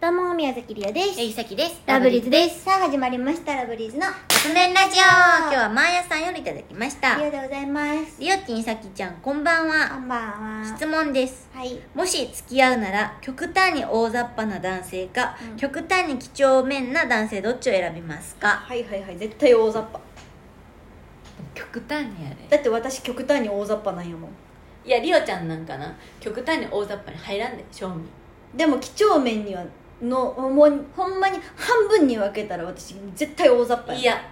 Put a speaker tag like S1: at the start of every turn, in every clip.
S1: どうも宮崎りおです
S2: ゆいさきです
S1: ラブリーズですすさあ始まりましたラブリーズの
S2: カップ麺ラジオ今日はマーヤさんよりいただきました
S1: りおでございます
S2: りおちんさきちゃんこんばん
S1: こ
S2: は
S1: んばんは
S2: 質問です
S1: はい
S2: もし付き合うなら極端に大雑把な男性か、
S1: うん
S2: 極端に几帳面な男性どっちを選びますか
S3: はいはいはい絶対大雑把
S2: 極端にや
S3: だって私極端に大雑把なんやもん
S2: いやりおちゃんなんかな極端に大雑把に入らんで正味
S3: でも几帳面にはのもうほんまに半分に分けたら私絶対大雑把や
S2: いや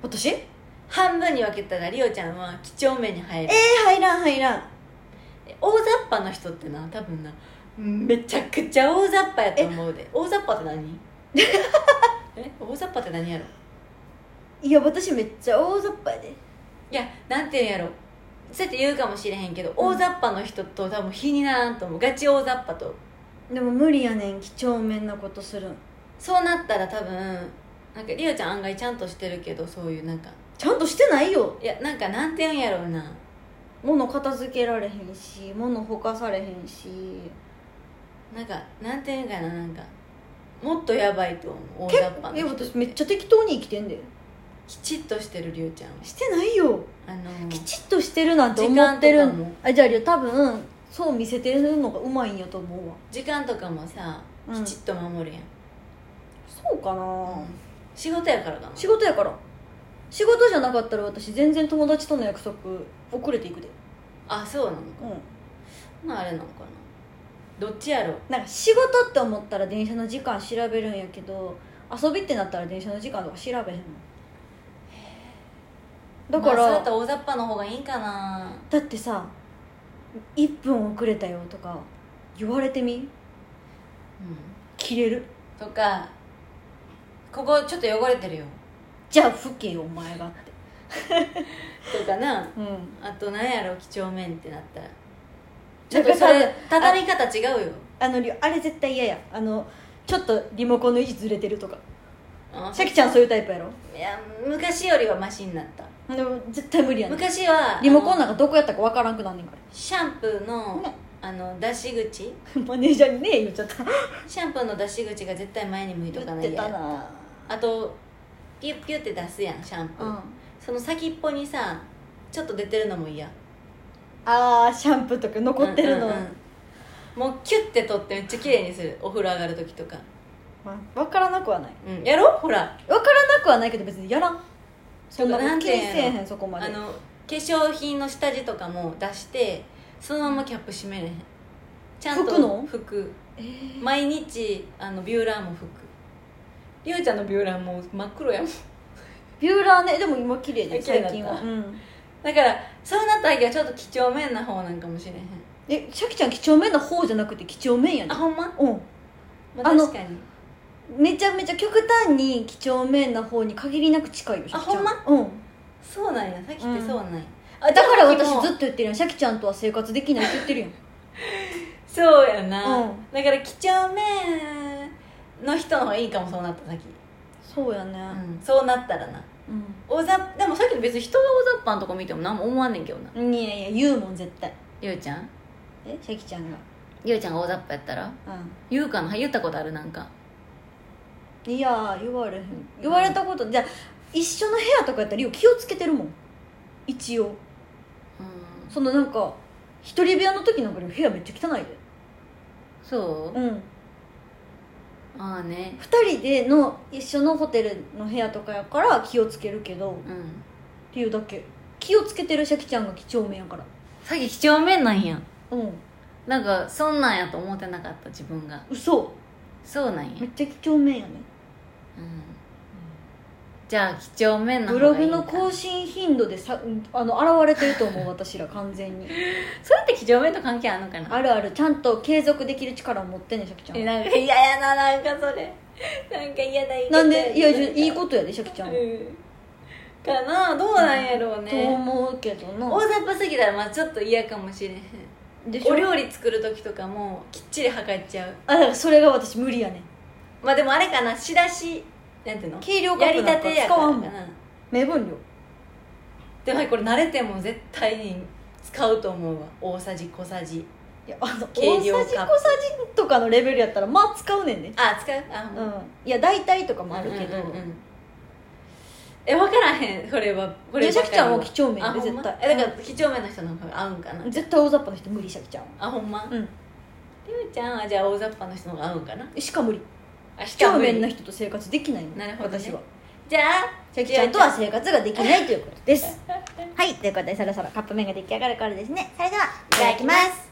S3: 私え
S2: 半分に分けたらりおちゃんは几帳面に入る
S3: ー、入らん入らん
S2: 大雑把な人ってな多分なめちゃくちゃ大雑把やと思うで大雑把っ て何え大雑把って何やろ
S3: いや私めっちゃ大雑把やで
S2: いやなんて言うんやろそうやって言うかもしれへんけど、大雑把の人と多分比にならんと思うガチ大雑把と
S3: でも無理やねん几帳面なことするん
S2: そうなったら多分なんかりおちゃん案外ちゃんとしてるけどそういうなんか
S3: ちゃんとしてないよ
S2: いやなんかなんて言うんやろうな
S3: 物片付けられへんし物ほかされへんし
S2: なんかなんて言うんかななんかもっとやばいと思う大
S3: 結
S2: 雑把
S3: 構
S2: の
S3: え
S2: 人
S3: 私めっちゃ適当に生きてんだよ
S2: きちっとしてるりおちゃんは
S3: してないよ
S2: あのー
S3: きちっとしてるなんて思ってる
S2: 時間とかも
S3: あじゃあ多分そう見せてるのがうまいんやと思うわ
S2: 時間とかもさ
S3: うん
S2: きちっと守るやん、
S3: そうかな、
S2: 仕事やからかな
S3: 仕事やから仕事じゃなかったら私全然友達との約束遅れていくで
S2: あそうなのか
S3: うん
S2: なあれなのかなどっちやろう
S3: なんか仕事って思ったら電車の時間調べるんやけど遊びってなったら電車の時間とか調べへんもんだから、
S2: まあ、そうやったら大雑把の方がいいんかな
S3: だってさ1分遅れたよとか言われてみ
S2: うん
S3: 切れる
S2: とかここちょっと汚れてるよ
S3: じゃあ不けよお前がって
S2: とかな
S3: うん
S2: あと何やろ几帳面ってなったらち
S3: な
S2: ょ
S3: ん
S2: っ
S3: か
S2: と
S3: さ
S2: それ畳み方違うよ
S3: あのりあれ絶対嫌やあのちょっとリモコンの位置ずれてるとか
S2: あ
S3: シャキちゃんそういうタイプやろ
S2: いや昔よりはマシになった
S3: でも絶対無理やねん
S2: 昔は
S3: リモコン
S2: あの
S3: なんかどこやったかわからんくなんねんか
S2: シャンプーの
S3: ね
S2: あの出し口
S3: ら マネージャーにね言っちゃった
S2: シャンプーの出し口が絶対前に向いとか
S3: 言
S2: な
S3: っ
S2: いや
S3: てたな
S2: あとピュッピュッって出すやんシャンプー、
S3: うん
S2: その先っぽにさちょっと出てるのも嫌
S3: あーシャンプーとか残ってるの
S2: うんうんうんもうキュッて取ってめっちゃ綺麗にするお風呂上がる時とか、
S3: まあわからなくはない
S2: うん、やろほら
S3: わからなくはないけど別にやらんそんな
S2: だからなん
S3: 気
S2: て
S3: に
S2: いう
S3: せ
S2: んやろ
S3: えへんそこまで
S2: あの化粧品の下地とかも出してそのままキャップ閉めれへんちゃんと
S3: 拭くの
S2: 拭く毎日あのビューラーも拭くりおちゃんのビューラーもう真っ黒やもん
S3: ビューラーねでも今綺麗
S2: あ
S3: で
S2: 綺麗
S3: 最
S2: だった
S3: 近はうん
S2: だからそうなった時はちょっと几帳面な方なんかもしれへん
S3: えシャキちゃん几帳面な方じゃなくて几帳面やね
S2: あ
S3: ん
S2: ほんま、
S3: うん
S2: ま
S3: あの
S2: かに
S3: めちゃめちゃ極端に几帳面な方に限りなく近いよシャキちゃ
S2: ほんま
S3: うん
S2: そうなんやさっきってそうなんや、
S3: あだから
S2: でも
S3: 私ずっと言ってるやんシャキちゃんとは生活できないって言ってるやん
S2: そうやな、
S3: うん
S2: だから几帳面の人の方がいいかもそうなったさっき、
S3: そうやね
S2: うん、そうなったらな
S3: う
S2: 大雑でもさっきの別に人が大雑把のとこ見ても何も思わんねんけどなん
S3: いやいや言うもん絶対
S2: りゅうちゃん
S3: えシャキちゃんが
S2: りゅうちゃんが大雑把やったら
S3: う
S2: 言うかな言ったことあるなんか
S3: んいや言われへん言われたことじゃあ一緒の部屋とかやったらリオ気をつけてるもん一応
S2: うん
S3: そのなんか一人部屋の時なんかリオ部屋めっちゃ汚いで
S2: そう、
S3: うん
S2: ああね
S3: 二人での一緒のホテルの部屋とかやから気をつけるけど
S2: うん
S3: リオだけ気をつけてるシャキちゃんが几帳面やから
S2: さっき几帳面なんや
S3: うん
S2: なんかそんなんやと思ってなかった自分が
S3: 嘘
S2: そうなんや、う
S3: め
S2: ん
S3: っ、ちゃ几帳面やね
S2: じゃあ几帳面な
S3: ブ
S2: 方がいい
S3: ロ
S2: んか
S3: グの更新頻度でさあの現れてると思 う私ら完全に
S2: それって几帳面と関係あるのかな
S3: あるあるちゃんと継続できる力を持ってんねんシャキちゃ
S2: え
S3: んは
S2: なんか嫌やななんかそれ なんか嫌だ言い方
S3: なんでいやじゃあいい
S2: と
S3: ことやでシャキちゃんは、
S2: かなどうなんやろう
S3: と
S2: ね
S3: 思うけど
S2: 大
S3: な
S2: 雑把すぎたらまあちょっと嫌かもしれへん
S3: でし
S2: お
S3: ょ
S2: 料理作る時とかもきっちり測っちゃう
S3: あだからそれが私無理やねん
S2: まあでもあれかな仕出しなんていうの
S3: 計量カ
S2: や
S3: ップ
S2: り
S3: な
S2: た
S3: んか
S2: てや
S3: 使
S2: から
S3: わ
S2: か
S3: んもん
S2: な
S3: 目分量
S2: でもこれ慣れても絶対に使うと思うわ大さじ小さじ
S3: いやあの大さ
S2: 軽
S3: じ
S2: 量カッ
S3: 小
S2: プ
S3: さじとかのレベルやったらまあ使うねんね
S2: あ使うあ
S3: うんいや大体とかもあ
S2: あ
S3: る
S2: る
S3: け
S2: け
S3: ど、
S2: ど、え分からへんこれはこれ
S3: いやシャキちゃんは几帳面
S2: あ
S3: で
S2: ほん
S3: 絶
S2: ま
S3: 対
S2: えだから几帳面の人の方が合うんかな
S3: 絶対大雑把な人無理シャキちゃんは
S2: あほんま
S3: うん
S2: りゅうちゃんはじゃあ大雑把な人の方が合うんかな
S3: しか無理
S2: あ
S3: 几
S2: しか
S3: 帳
S2: も
S3: 面な人と生活できないの
S2: なるほどね
S3: 私は
S2: じゃあ
S3: シャキちゃんとは生活ができないということですはいということでそろそろカップ麺が出来上がるからですね
S1: それではいただきます